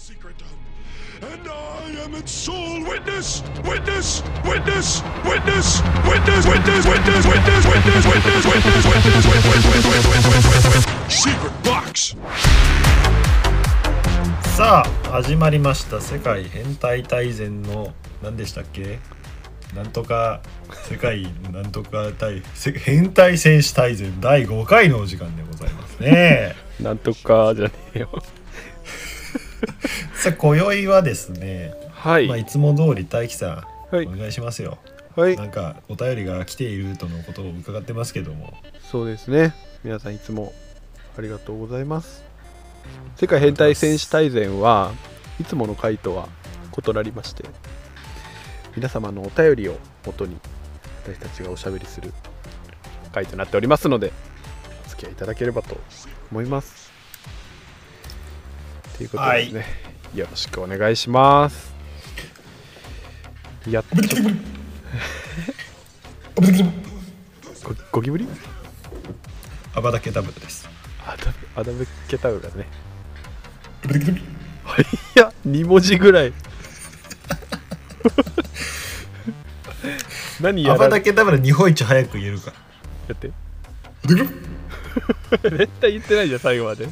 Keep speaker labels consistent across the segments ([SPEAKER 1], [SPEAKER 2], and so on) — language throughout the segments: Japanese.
[SPEAKER 1] secret of. And I am its sole witness, witness, witness, witness, witness, witness, witness, witness, witness, witness, witness, witness, witness, witness, witness, witness, witness. Secret box.
[SPEAKER 2] さあ始まりました「世界変態大全」の何でしたっけなんとか世界なんとか大せ変態戦士大全第5回のお時間でございます ね。
[SPEAKER 3] なんとかじゃねえよ。
[SPEAKER 2] さあ今宵はですね、
[SPEAKER 3] は
[SPEAKER 2] まあ、
[SPEAKER 3] い。
[SPEAKER 2] いつも通り大輝さん、
[SPEAKER 3] はい
[SPEAKER 2] お願いしますよ。
[SPEAKER 3] はい
[SPEAKER 2] な。んかお便りが来ているとのことを伺ってますけども
[SPEAKER 3] そうですね。皆さんいつもありがとうございます。世界変態戦士大全はいつもの回とは異なりまして、皆様のお便りをもとに私たちがおしゃべりする回となっておりますので、お付き合いいただければと思います。ということですね、よろしくお願いします。やっと ゴゴキブリ
[SPEAKER 2] アバダケタブです。
[SPEAKER 3] アダアダムケタウラね。いや、2文字ぐらい。 何や
[SPEAKER 2] ア
[SPEAKER 3] ら
[SPEAKER 2] バ
[SPEAKER 3] れ
[SPEAKER 2] ダケタブラ日本一早く言えるか。
[SPEAKER 3] やって。 絶対言ってないじゃん、最後まで。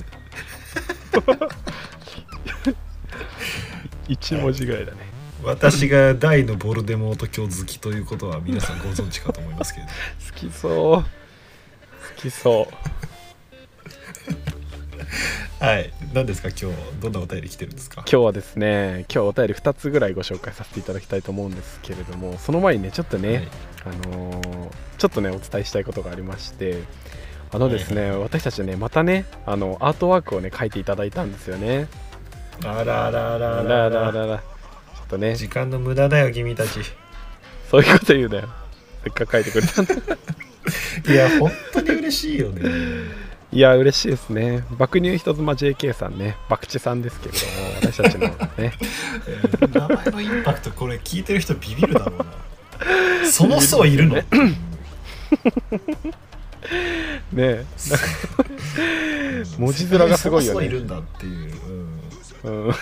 [SPEAKER 3] 1文字ぐらいだね。
[SPEAKER 2] 私が大のボルデモート教好きということは皆さんご存知かと思いますけれど
[SPEAKER 3] 好きそう。好きそう。
[SPEAKER 2] はい、何ですか今日どんなお便り来てるんですか。
[SPEAKER 3] 今日はですね、今日お便り2つぐらいご紹介させていただきたいと思うんですけれども、その前にね、ちょっとね、
[SPEAKER 2] はい
[SPEAKER 3] あのーちょっとねお伝えしたいことがありましてあのですね、私たちねまたねあのアートワークをね書いていただいたんですよね
[SPEAKER 2] あらあらあら
[SPEAKER 3] あ
[SPEAKER 2] あ
[SPEAKER 3] ら
[SPEAKER 2] ら
[SPEAKER 3] あ
[SPEAKER 2] あ
[SPEAKER 3] らあ
[SPEAKER 2] ら
[SPEAKER 3] らあらちょっとね
[SPEAKER 2] 時間の無駄だよ君たち。
[SPEAKER 3] そういうこと言うなよせっかく書いてくれ たんだ
[SPEAKER 2] いや本当に嬉しいよね。
[SPEAKER 3] いや嬉しいですね爆乳人妻 JK さんね博打さんですけれども私たちのね
[SPEAKER 2] え ー名前のインパクトこれ聞いてる人ビビるだろうな。その層いるの。
[SPEAKER 3] ね文字面がすごい
[SPEAKER 2] その
[SPEAKER 3] よね
[SPEAKER 2] 層いるんだっていう。うん
[SPEAKER 3] うん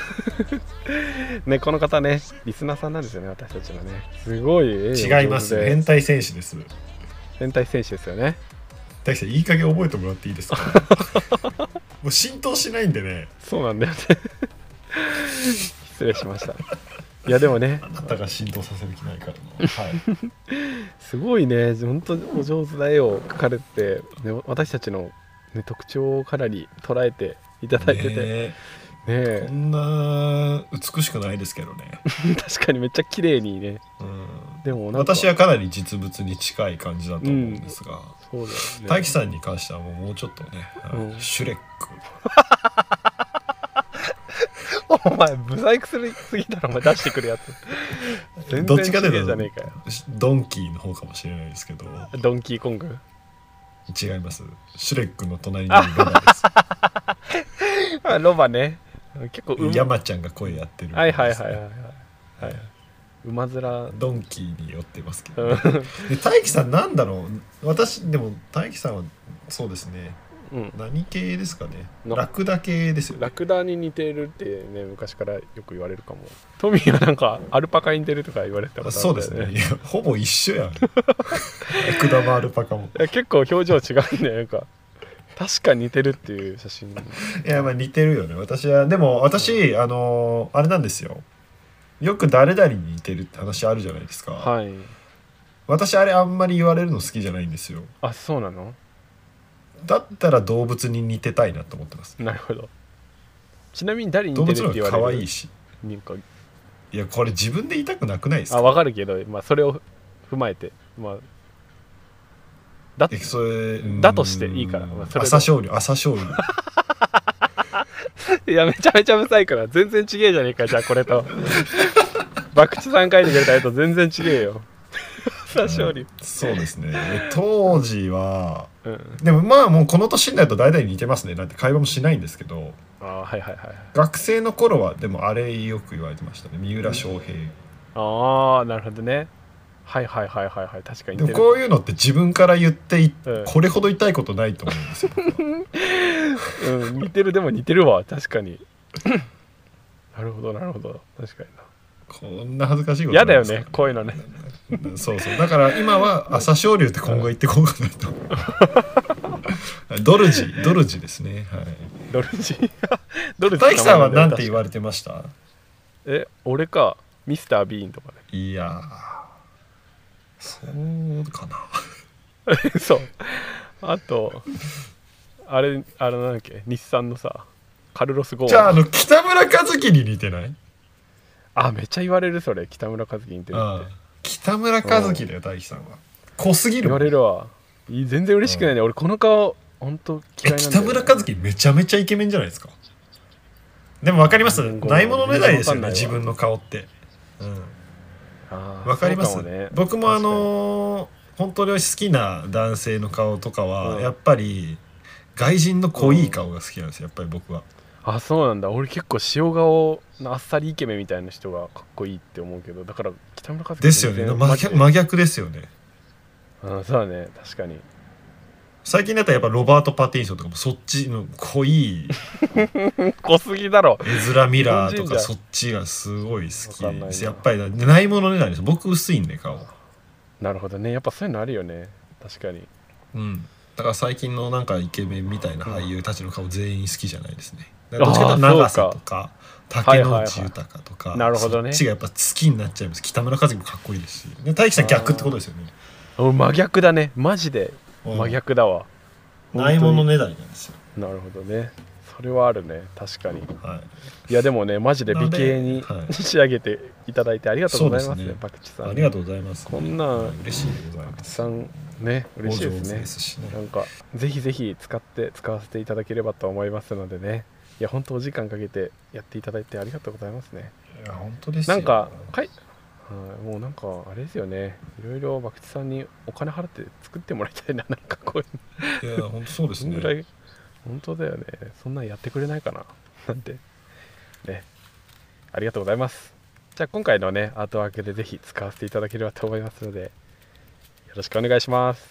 [SPEAKER 3] ねこの方ねリスナーさんなんですよね私たちのねすごい絵を上手で
[SPEAKER 2] 違いますよ。変態戦士です。
[SPEAKER 3] 変態選手ですよね
[SPEAKER 2] 大輝さんいい加減覚えてもらっていい ですか。もう浸透しないんでね。
[SPEAKER 3] そうなんだよね失礼しましたいやでもね
[SPEAKER 2] あなたが浸透させる気ないからな。 はい。
[SPEAKER 3] すごいね本当にお上手な絵を描かれて、ね、私たちの、ね、特徴をかなり捉えていただいてて
[SPEAKER 2] ね
[SPEAKER 3] ね
[SPEAKER 2] え
[SPEAKER 3] え
[SPEAKER 2] こんな美しくないですけどね。
[SPEAKER 3] 確かにめっちゃ綺麗にね
[SPEAKER 2] うん
[SPEAKER 3] でもなんか
[SPEAKER 2] 私はかなり実物に近い感じだと思うんですが、
[SPEAKER 3] そうだよね
[SPEAKER 2] 大樹さんに関してはもうもうちょっとね、あの
[SPEAKER 3] うん
[SPEAKER 2] シュレック
[SPEAKER 3] お前ブサイクするすぎだろお前出してくるやつ全
[SPEAKER 2] ど
[SPEAKER 3] 然
[SPEAKER 2] っちかという
[SPEAKER 3] 違
[SPEAKER 2] と
[SPEAKER 3] えじゃねえかよ
[SPEAKER 2] ドンキーの方かもしれないですけど
[SPEAKER 3] ドンキーコング
[SPEAKER 2] 違いますシュレックの隣にいるロバです
[SPEAKER 3] あロバね結 構うま
[SPEAKER 2] 山ちゃんが声やってる、
[SPEAKER 3] はいはいはいはいはいはい馬面
[SPEAKER 2] ドンキーに寄ってますけど、
[SPEAKER 3] うん
[SPEAKER 2] で大樹さんなんだろう私でも大樹さんはそうですね
[SPEAKER 3] うん
[SPEAKER 2] 何系ですかね
[SPEAKER 3] な
[SPEAKER 2] ラクダ系ですよね
[SPEAKER 3] ラクダに似てるってね昔からよく言われるかもトミーはなんかアルパカに似てるとか言われたことあるんだ
[SPEAKER 2] そ
[SPEAKER 3] よ
[SPEAKER 2] うですねいやほぼ一緒 やんラクダもアルパカも
[SPEAKER 3] いや結構表情違うんだよなんか確かに似てるっていう写真
[SPEAKER 2] いやまあ似てるよね私はでも私あのあれなんですよよく誰々に似てるって話あるじゃないですか、
[SPEAKER 3] はい
[SPEAKER 2] 私あれあんまり言われるの好きじゃないんですよ
[SPEAKER 3] あそうなの
[SPEAKER 2] だったら動物に似てたいなと思ってます
[SPEAKER 3] なるほどちなみに誰に
[SPEAKER 2] 動
[SPEAKER 3] 似て
[SPEAKER 2] 物
[SPEAKER 3] る
[SPEAKER 2] の
[SPEAKER 3] って言
[SPEAKER 2] 方が
[SPEAKER 3] われる
[SPEAKER 2] 可愛いし
[SPEAKER 3] なんか
[SPEAKER 2] いやこれ自分で言いたくなくないです
[SPEAKER 3] あ
[SPEAKER 2] か
[SPEAKER 3] わかるけど、まあ、それを踏まえてまあだっ
[SPEAKER 2] え
[SPEAKER 3] て
[SPEAKER 2] それうん
[SPEAKER 3] だとしていいからまあそれで
[SPEAKER 2] 朝青龍朝青龍
[SPEAKER 3] いやめちゃめちゃブサイクな全然ちげえじゃねえかじゃあこ れと博打さん書いてくれたやつと全然ちげえよ朝勝利
[SPEAKER 2] そうですねで当時は
[SPEAKER 3] うん
[SPEAKER 2] でもまあもうこの年になると大々に似てますねなんて会話もしないんですけど
[SPEAKER 3] ああはいはいはい
[SPEAKER 2] 学生の頃はでもあれよく言われてましたね三浦翔平、
[SPEAKER 3] ああなるほどねはいはいはいはいはい確かに
[SPEAKER 2] で
[SPEAKER 3] 似
[SPEAKER 2] も
[SPEAKER 3] てる
[SPEAKER 2] こういうのって自分から言ってい、
[SPEAKER 3] うん
[SPEAKER 2] これほど痛いことないと思うん ですよ。
[SPEAKER 3] うん、似てるでも似てるわ確かになるほどなるほど確かにな
[SPEAKER 2] こんな恥ずかしいことな
[SPEAKER 3] 嫌
[SPEAKER 2] い
[SPEAKER 3] だよ
[SPEAKER 2] ですか
[SPEAKER 3] ねこういうのね
[SPEAKER 2] うんそうそうだから今 は朝青龍って今後行ってこうかなとドルジドルジですねはい
[SPEAKER 3] ドル ジドルジ
[SPEAKER 2] 大樹さんは何て言
[SPEAKER 3] わ
[SPEAKER 2] われてました
[SPEAKER 3] え俺かミスター・ビーンとか
[SPEAKER 2] いやーそうかな
[SPEAKER 3] ね そうあとあれあれなんだっけ日産のさカルロス・ゴーン
[SPEAKER 2] じゃああの北村一輝に似てない
[SPEAKER 3] あめっちゃ言われるそれ北村和樹に似てる
[SPEAKER 2] あ
[SPEAKER 3] って
[SPEAKER 2] あ北村一輝だよ大樹さんは濃すぎる
[SPEAKER 3] 言われるわいい全然嬉しくないね俺この顔本当
[SPEAKER 2] え
[SPEAKER 3] 嫌いなん
[SPEAKER 2] 北
[SPEAKER 3] だよね
[SPEAKER 2] 村一輝めちゃめちゃイケメンじゃないですかでも分かります
[SPEAKER 3] うん
[SPEAKER 2] ないものねだりですよね
[SPEAKER 3] 全然
[SPEAKER 2] 自
[SPEAKER 3] わかんな
[SPEAKER 2] 分
[SPEAKER 3] いわ
[SPEAKER 2] の顔ってうん
[SPEAKER 3] あー
[SPEAKER 2] わかります、
[SPEAKER 3] そうね
[SPEAKER 2] 僕もあ
[SPEAKER 3] 確
[SPEAKER 2] のー本当に好きな男性の顔とかは、
[SPEAKER 3] うん
[SPEAKER 2] やっぱり外人の濃い顔が好きなんですよやっぱり僕は
[SPEAKER 3] かにあそうなんだ俺結構塩顔のあっさりイケメンみたいな人がかっこいいって思うけどだから北村和樹
[SPEAKER 2] ですよね
[SPEAKER 3] 全然
[SPEAKER 2] 真
[SPEAKER 3] マジ
[SPEAKER 2] 逆真逆ですよね
[SPEAKER 3] うんそうだね確かに
[SPEAKER 2] 最近だったらやっぱロバート・パティンソンとかもそっちの濃い
[SPEAKER 3] 濃すぎだろ
[SPEAKER 2] エズラ・ミラーと
[SPEAKER 3] 日本人じゃ
[SPEAKER 2] かそっちがすごい好き
[SPEAKER 3] わかん
[SPEAKER 2] で
[SPEAKER 3] ないな
[SPEAKER 2] すやっぱりなないものねだりです僕薄いんで顔
[SPEAKER 3] なるほどねやっぱそういうのあるよね確かに
[SPEAKER 2] うんだから最近のなんかイケメンみたいな俳優たちの顔全員好きじゃないですね。だからどっちかというと
[SPEAKER 3] あー
[SPEAKER 2] 長瀬
[SPEAKER 3] そう
[SPEAKER 2] と
[SPEAKER 3] か
[SPEAKER 2] か
[SPEAKER 3] はい
[SPEAKER 2] 竹
[SPEAKER 3] はいはい
[SPEAKER 2] 野内豊とか、
[SPEAKER 3] なるほどね
[SPEAKER 2] そっちがやっぱ好きになっちゃいます。北村和樹もかっこいいですし、で大樹さん逆ってことですよね。
[SPEAKER 3] 俺真逆だねマジで
[SPEAKER 2] うん
[SPEAKER 3] 真逆だわ
[SPEAKER 2] ないものねだりなんですよ。
[SPEAKER 3] なるほどねそれはあるね確かに
[SPEAKER 2] はい。
[SPEAKER 3] いやでもねマジで美形に、
[SPEAKER 2] なんではい
[SPEAKER 3] 仕上げていただいてありがとうござい
[SPEAKER 2] そ
[SPEAKER 3] ま
[SPEAKER 2] う
[SPEAKER 3] す
[SPEAKER 2] です
[SPEAKER 3] ね
[SPEAKER 2] ね
[SPEAKER 3] パクチさん
[SPEAKER 2] ありがとうございます。
[SPEAKER 3] こんなん
[SPEAKER 2] はい嬉しいでござい
[SPEAKER 3] パ
[SPEAKER 2] ま
[SPEAKER 3] クチ
[SPEAKER 2] す。
[SPEAKER 3] さんね嬉しいです
[SPEAKER 2] お上手
[SPEAKER 3] ね
[SPEAKER 2] ですしね
[SPEAKER 3] なんかぜひぜひ使って使わせていただければと思いますのでねいや本当お時間かけてやっていただいてありがとうございますね
[SPEAKER 2] いや本当ですよ
[SPEAKER 3] なんか、かい、はい、もうなんか、あれですよね、いろいろ、博打さんにお金払って作ってもらいたいな、なんかこういう、
[SPEAKER 2] いや本当そうです
[SPEAKER 3] そん
[SPEAKER 2] ね
[SPEAKER 3] ぐ。らい、本当だよね、そんなんやってくれないかな、なんて、ね、ありがとうございます。じゃあ、今回のね、アートワークでぜひ使わせていただければと思いますので、よろしくお願いします。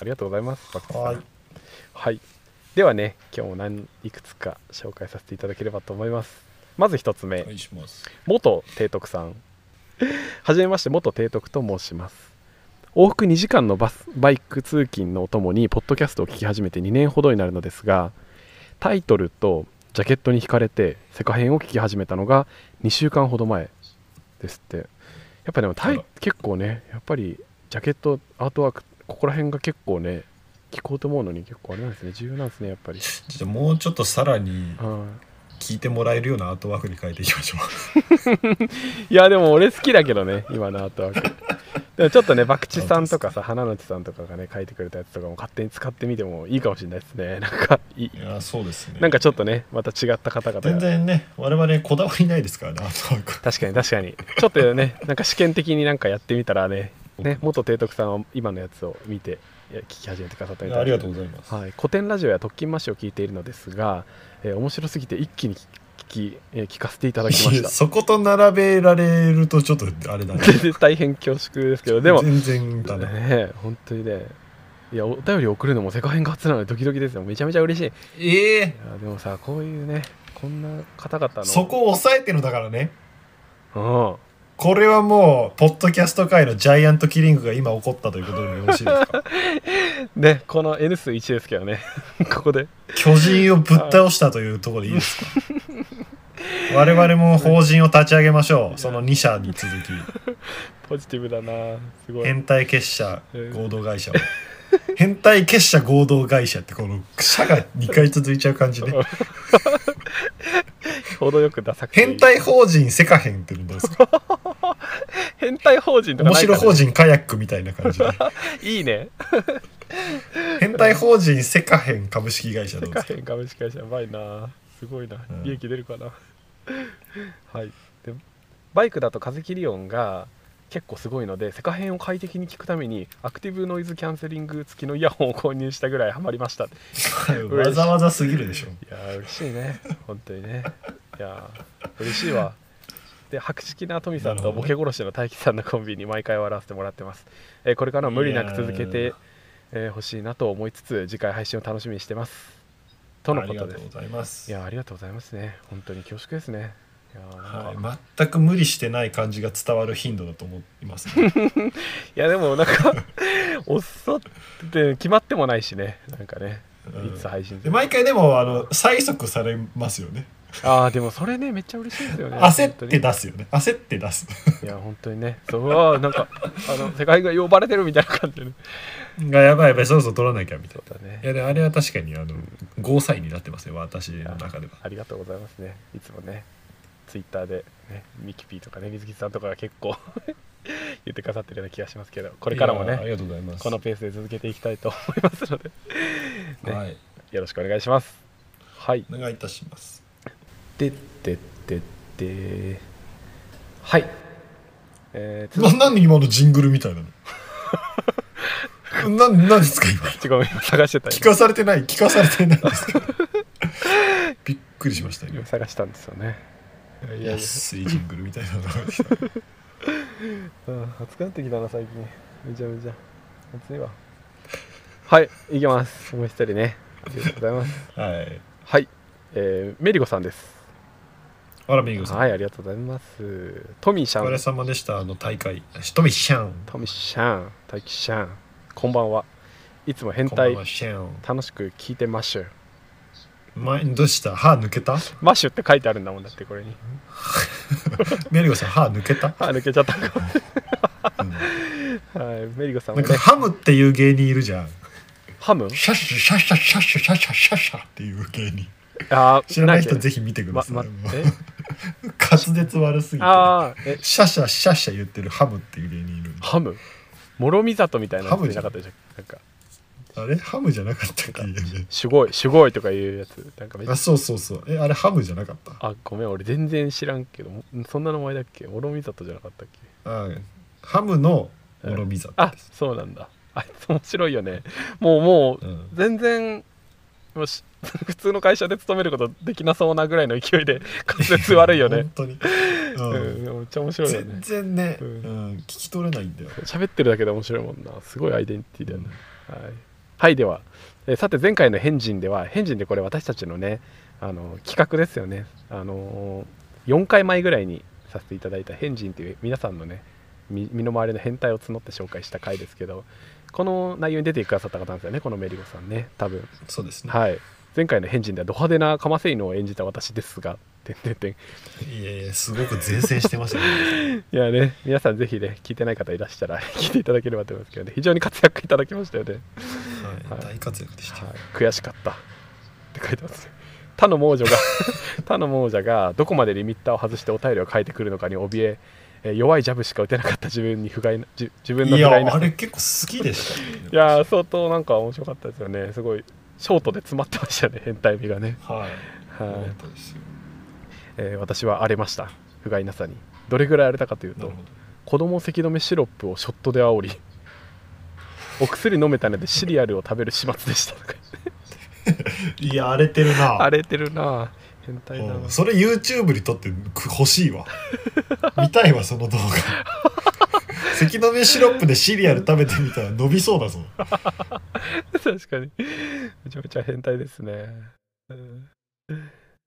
[SPEAKER 3] ありがとうございます、博打さん。
[SPEAKER 2] はい。
[SPEAKER 3] はい。ではね、今日も何いくつか紹介させていただければと思います。まず一つ目
[SPEAKER 2] お、願いします。
[SPEAKER 3] 元提督さんはじめまして元提督と申します往復2時間のバスバイク通勤のお供にポッドキャストを聞き始めて2年ほどになるのですがタイトルとジャケットに惹かれてセカ編を聞き始めたのが2週間ほど前ですってやっぱでもタ
[SPEAKER 2] あ
[SPEAKER 3] イ
[SPEAKER 2] ら
[SPEAKER 3] 結構ねやっぱりジャケットアートワークここら辺が結構ね聞こうと思うのに結構あれなんですね重要なんですねやっ ぱり、
[SPEAKER 2] じゃあもうちょっとさらに
[SPEAKER 3] はい
[SPEAKER 2] 聞いてもらえるようなアートワークに変えていきましょう。
[SPEAKER 3] いやでも俺好きだけどね今のアートワークでもちょっとね博打さんとかさ花のちさんとかがね書いてくれたやつとかも勝手に使ってみてもいいかもしれないですねなんかいい
[SPEAKER 2] いやそうですね。
[SPEAKER 3] なんかちょっとねまた違った方々
[SPEAKER 2] 全
[SPEAKER 3] が
[SPEAKER 2] 然ね我々こだわりないですからねアートワーク
[SPEAKER 3] 確かに確かにちょっとねなんか試験的になんかやってみたらねね元提督さんは今のやつを見ていや聞き始めてくださったみた い
[SPEAKER 2] あり
[SPEAKER 3] で
[SPEAKER 2] がとうございます、
[SPEAKER 3] はい、古典ラジオや特勤マッシュを聞いているのですが、えー面白すぎて一気に聞き、えー聞かせていただきま
[SPEAKER 2] い
[SPEAKER 3] し
[SPEAKER 2] や
[SPEAKER 3] た
[SPEAKER 2] そこと並べられるとちょっとあれだね
[SPEAKER 3] 大変恐縮ですけどでも
[SPEAKER 2] 全然だね
[SPEAKER 3] ねえ本当にねいやお便り送るのも世界変が初なのでドキドキですよめちゃめちゃ嬉しいい
[SPEAKER 2] ええ
[SPEAKER 3] やでもさこういうねこんな方々の
[SPEAKER 2] そこを抑えてるのだからね
[SPEAKER 3] うん
[SPEAKER 2] これはもうポッドキャスト界のジャイアントキリングが今起こったということでもよろしいです か
[SPEAKER 3] ねこの N 数1ですけどね ここで
[SPEAKER 2] 巨人をぶっ倒したというところでいい ですか我々も法人を立ち上げましょうその2社に続き
[SPEAKER 3] ポジティブだなすごい
[SPEAKER 2] 変態結社合同会社を 変態結社合同会社ってこの社が2回続いちゃう感 じね
[SPEAKER 3] 程よくダサくていい
[SPEAKER 2] 変態法人セカヘンってのどうです か
[SPEAKER 3] 変態法人とか
[SPEAKER 2] 面
[SPEAKER 3] ない
[SPEAKER 2] 白
[SPEAKER 3] から
[SPEAKER 2] 法人カヤックみたいな感じで
[SPEAKER 3] いいね
[SPEAKER 2] 変態法人セカヘン株式会社どうで
[SPEAKER 3] 世界
[SPEAKER 2] すか
[SPEAKER 3] 変株式会社やばいなすごいな
[SPEAKER 2] うん
[SPEAKER 3] 利益出るかな、はいでバイクだと風切り音が結構すごいのでセカ編を快適に聞くためにアクティブノイズキャンセリング付きのイヤホンを購入したぐらいハマりました い
[SPEAKER 2] わざわざすぎるでしょ
[SPEAKER 3] やー嬉しいね本当にねいやー嬉しいわで博識なトミさ
[SPEAKER 2] な
[SPEAKER 3] ん
[SPEAKER 2] る
[SPEAKER 3] と
[SPEAKER 2] ほど
[SPEAKER 3] ボケ
[SPEAKER 2] ね
[SPEAKER 3] 殺しの大輝さんのコンビに毎回笑わせてもらってます、えーこれからも無理なく続け
[SPEAKER 2] い
[SPEAKER 3] て
[SPEAKER 2] やー
[SPEAKER 3] ほ、えー欲しいなと思いつつ次回配信を楽しみにしてますとのこと
[SPEAKER 2] あり
[SPEAKER 3] で
[SPEAKER 2] が
[SPEAKER 3] す
[SPEAKER 2] とうございます
[SPEAKER 3] いやありがとうございますね本当に恐縮ですねいやーなんか
[SPEAKER 2] はい、全く無理してない感じが伝わる頻度だと思います、ね、
[SPEAKER 3] いやでもなんか 遅って決まってもないしねなんかね
[SPEAKER 2] うん
[SPEAKER 3] いつ配信す
[SPEAKER 2] で
[SPEAKER 3] る
[SPEAKER 2] 毎回でもあの催促されますよね
[SPEAKER 3] ああでもそれねめっちゃ嬉しいですよね
[SPEAKER 2] 焦って
[SPEAKER 3] だ
[SPEAKER 2] 出すよね焦って出す
[SPEAKER 3] いや本当にねそううわーなんかあの世界が呼ばれてるみたいな感じでね
[SPEAKER 2] がやば いやばいそろそろ取らなきゃみたい
[SPEAKER 3] そうだね
[SPEAKER 2] ないやでもあれは確かにあのゴーサインになってますね私の中では
[SPEAKER 3] ありがとうございますねいつもねツイッターで、ね、ミキピーとかね水木さんとかが結構 言ってくださってるような気がしますけどこ
[SPEAKER 2] こ
[SPEAKER 3] れからも
[SPEAKER 2] あり
[SPEAKER 3] ね
[SPEAKER 2] がとうございます
[SPEAKER 3] このペースで続けていきたいと思いますのでね
[SPEAKER 2] はい
[SPEAKER 3] よろしくお願いしますはい
[SPEAKER 2] お願いいたします
[SPEAKER 3] でででではいえー、続
[SPEAKER 2] な何今の ジングルみたいなのな何ですか今
[SPEAKER 3] きごめん今探してた
[SPEAKER 2] 聞
[SPEAKER 3] 今
[SPEAKER 2] かされてない聞かさ れてないんですけどびっくりしました今
[SPEAKER 3] 今探したんですよねいや
[SPEAKER 2] 安いジングルみたいなのが 出てきた
[SPEAKER 3] うん、暑くなってきたな最近めちゃめちゃ暑いわはい行きますもう一人ねありがとうござい ます
[SPEAKER 2] はい
[SPEAKER 3] はい、えーメリゴさんです
[SPEAKER 2] あらメイゴさん、
[SPEAKER 3] はいありがとうございますトミーシ
[SPEAKER 2] お疲
[SPEAKER 3] ャ
[SPEAKER 2] れ
[SPEAKER 3] ン
[SPEAKER 2] 様でしたあの大会しとみシャン
[SPEAKER 3] トミーシャン大キシャンこんばんはいつも変
[SPEAKER 2] こんばん
[SPEAKER 3] 態
[SPEAKER 2] はシャン
[SPEAKER 3] 楽しく聞いてましゅ
[SPEAKER 2] 前どうした歯抜けた
[SPEAKER 3] マッシュって書いてあるんだもんだってこれに
[SPEAKER 2] メリゴさん歯抜けた、
[SPEAKER 3] あ抜けちゃったか
[SPEAKER 2] うん
[SPEAKER 3] はいメリゴさん
[SPEAKER 2] な
[SPEAKER 3] は
[SPEAKER 2] んか
[SPEAKER 3] ね
[SPEAKER 2] ハムっていう芸人いるじゃん
[SPEAKER 3] ハム
[SPEAKER 2] シャッシュシャッシャッシャッシュシャッシャッシャッシャッっていう芸人
[SPEAKER 3] あー
[SPEAKER 2] 知らない人
[SPEAKER 3] んだっけ
[SPEAKER 2] ぜひ見てくだ
[SPEAKER 3] ま、
[SPEAKER 2] さい、
[SPEAKER 3] ま、
[SPEAKER 2] もう
[SPEAKER 3] え
[SPEAKER 2] 滑舌悪すぎて
[SPEAKER 3] あーえ
[SPEAKER 2] シャッシャッシャッシャ言ってるハムっていう芸人いるんで
[SPEAKER 3] ハム諸見里みたいなやつ
[SPEAKER 2] ハム
[SPEAKER 3] い
[SPEAKER 2] じ
[SPEAKER 3] な
[SPEAKER 2] ゃん
[SPEAKER 3] かったじゃんなんか
[SPEAKER 2] あれハムじゃなかったっけ
[SPEAKER 3] すごい、すごいとかいうやつ。なんかめっちゃ
[SPEAKER 2] あ、そうそうそうえあれハムじゃなかった
[SPEAKER 3] あ、ごめん、俺全然知らんけど、もそんな名前だっけ諸見里じゃなかったっけ
[SPEAKER 2] あハムの諸見里
[SPEAKER 3] あ
[SPEAKER 2] で、す、
[SPEAKER 3] そうなんだ。あいつ面白いよね。もうもう、
[SPEAKER 2] うん
[SPEAKER 3] 全然、もうし 普通の会社で勤めることできなそうなぐらいの勢いで、滑舌悪いよね
[SPEAKER 2] 本。当に、
[SPEAKER 3] う
[SPEAKER 2] うん
[SPEAKER 3] ん、めっちゃ面白いよ
[SPEAKER 2] 全
[SPEAKER 3] ね。
[SPEAKER 2] 然ね、
[SPEAKER 3] う
[SPEAKER 2] うんん聞き取れないんだよ
[SPEAKER 3] 喋ってるだけで面白いもんな。すごいアイデンティティだよね。はい、はい、では、えーさて前回の「変人」では変人でこれ私たちのねあの企画ですよねあのー4回前ぐらいにさせていただいた「変人」という皆さんのねみ身の回りの変態を募って紹介した回ですけどこの内容に出てくださった方なんですよねこのメリゴさんね多分
[SPEAKER 2] そうですね、
[SPEAKER 3] はい前回の「変人」ではド派手なカマセイヌを演じた私ですがてんてんてん
[SPEAKER 2] い、やいやすごく前線してましたね
[SPEAKER 3] いやね皆さんぜひね聞いてない方いらっしゃら聞いていただければと思いますけどね非常に活躍いただきましたよね
[SPEAKER 2] はい、
[SPEAKER 3] はい
[SPEAKER 2] 大活躍でした、
[SPEAKER 3] はい、悔しかったって書いてます他の亡女 が他の亡者がどこまでリミッターを外してお便りを書いてくるのかに怯ええー弱いジャブしか打てなかった自分に不甲斐なじ自分の
[SPEAKER 2] い
[SPEAKER 3] 不甲斐
[SPEAKER 2] や
[SPEAKER 3] な
[SPEAKER 2] あ
[SPEAKER 3] い
[SPEAKER 2] れ結構好きでしたよね、
[SPEAKER 3] やー相当なんか面白かったですよねすごいショートで詰まってましたね変態味がね、
[SPEAKER 2] はい、
[SPEAKER 3] はい
[SPEAKER 2] よかったですよ
[SPEAKER 3] えー私は荒れました不甲斐なさにどれぐらい荒れたかという
[SPEAKER 2] な
[SPEAKER 3] と
[SPEAKER 2] るほど
[SPEAKER 3] 子供咳止めシロップをショットで煽りお薬飲めたのでシリアルを食べる始末でしたとか
[SPEAKER 2] いや荒れてるな
[SPEAKER 3] 荒れてるなあ変態だな
[SPEAKER 2] うんそれ YouTube に撮ってく欲しい わ見たいわその動画咳止めシロップでシリアル食べてみたら伸びそうだぞ
[SPEAKER 3] 確かにめちゃめちゃ変態ですね、うん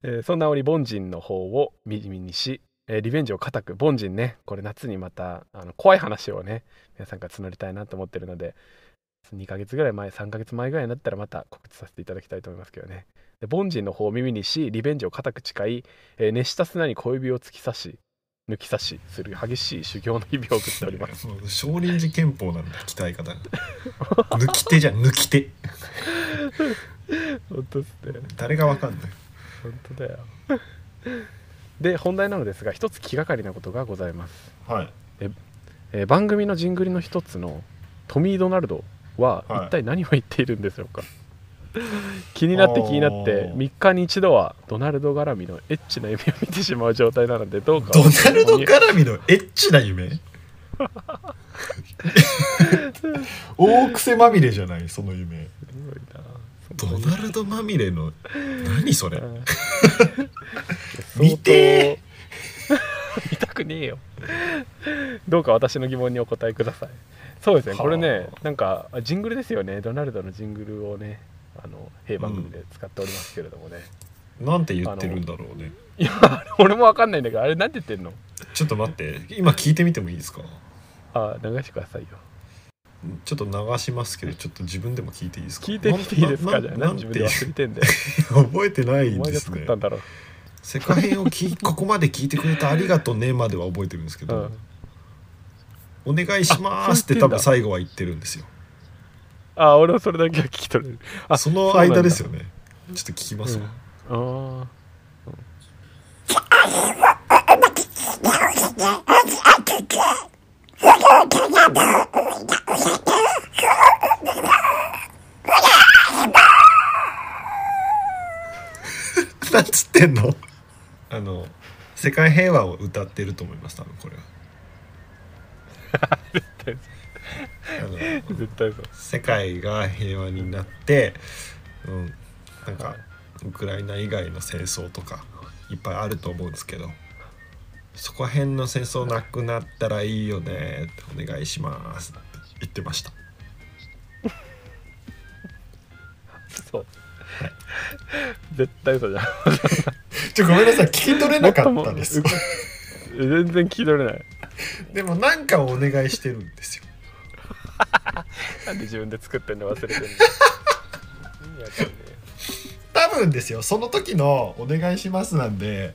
[SPEAKER 3] えーそんな折凡人の方を耳にし、えーリベンジを固く凡人ねこれ夏にまたあの怖い話をね皆さんから募りたいなと思ってるので2ヶ月ぐらい前3ヶ月前ぐらいになったらまた告知させていただきたいと思いますけどねで凡人の方を耳にしリベンジを固く誓い、えー熱した砂に小指を突き刺し抜き刺しする激しい修行の日々を送っております
[SPEAKER 2] もう少林寺拳法なんだ鍛え方が抜き手じゃん抜き手
[SPEAKER 3] 本当ですね
[SPEAKER 2] 誰がわかんない
[SPEAKER 3] 本当だよ で本題なのですが一つ気がかりなことがございます、
[SPEAKER 2] はい
[SPEAKER 3] えー番組のジングルの一つのトミー・ドナルドは
[SPEAKER 2] はい
[SPEAKER 3] 一体何を言っているんでしょうか、 気になって
[SPEAKER 2] あー
[SPEAKER 3] 気になって3日に一度はドナルド絡みのエッチな夢を見てしまう状態なのでどうか
[SPEAKER 2] ドナルド絡みのエッチな夢 大癖まみれじゃないその夢
[SPEAKER 3] すごいな
[SPEAKER 2] ドナルドまみれの何それ
[SPEAKER 3] 相
[SPEAKER 2] 見て
[SPEAKER 3] 当見たくねえよどうか私の疑問にお答えくださいそうですね
[SPEAKER 2] はあ
[SPEAKER 3] これねなんかあジングルですよねドナルドのジングルをねあの平番組で使っておりますけれどもね、
[SPEAKER 2] なんて言ってるんだろうね
[SPEAKER 3] いやあれ俺もわかんないんだけどあれなんて言ってんの
[SPEAKER 2] ちょっと待って今聞いてみてもいいですか
[SPEAKER 3] あ流してくださいよ
[SPEAKER 2] ちょっと流しますけどちょっと自分でも聞いていいですか
[SPEAKER 3] 聞いてみていいです
[SPEAKER 2] な
[SPEAKER 3] か
[SPEAKER 2] な
[SPEAKER 3] じゃあ
[SPEAKER 2] な
[SPEAKER 3] 何
[SPEAKER 2] んて
[SPEAKER 3] 自分で忘れてんだよ
[SPEAKER 2] 覚えてない
[SPEAKER 3] お
[SPEAKER 2] ん
[SPEAKER 3] 前
[SPEAKER 2] です
[SPEAKER 3] が作っ
[SPEAKER 2] ね
[SPEAKER 3] たんだろう
[SPEAKER 2] 世界編をきここまで聞いてくれてありがとうねまでは覚えてるんですけど、お願いしますって多分最後は言ってるんですよ
[SPEAKER 3] あ俺はそれだけは聞き取れるあ
[SPEAKER 2] その間ですよねちょっと聞きますわ、
[SPEAKER 3] あ
[SPEAKER 2] なんつってんのあの世界平和を歌ってると思います多分こ れはあの
[SPEAKER 3] あ絶対そう
[SPEAKER 2] 世界が平和になって、うん、なんかウクライナ以外の戦争とかいっぱいあると思うんですけどそこら辺の戦争なくなったらいいよねってお願いしますって言ってました
[SPEAKER 3] そう絶対そうじゃん
[SPEAKER 2] ちょごめんなさい聞き取れなかったんです
[SPEAKER 3] 全然聞き取れない
[SPEAKER 2] でもなんかをお願いしてるんですよ
[SPEAKER 3] なんで自分で作ってんの忘れて んの意味わかんね
[SPEAKER 2] 多分ですよその時の「お願いします」なんで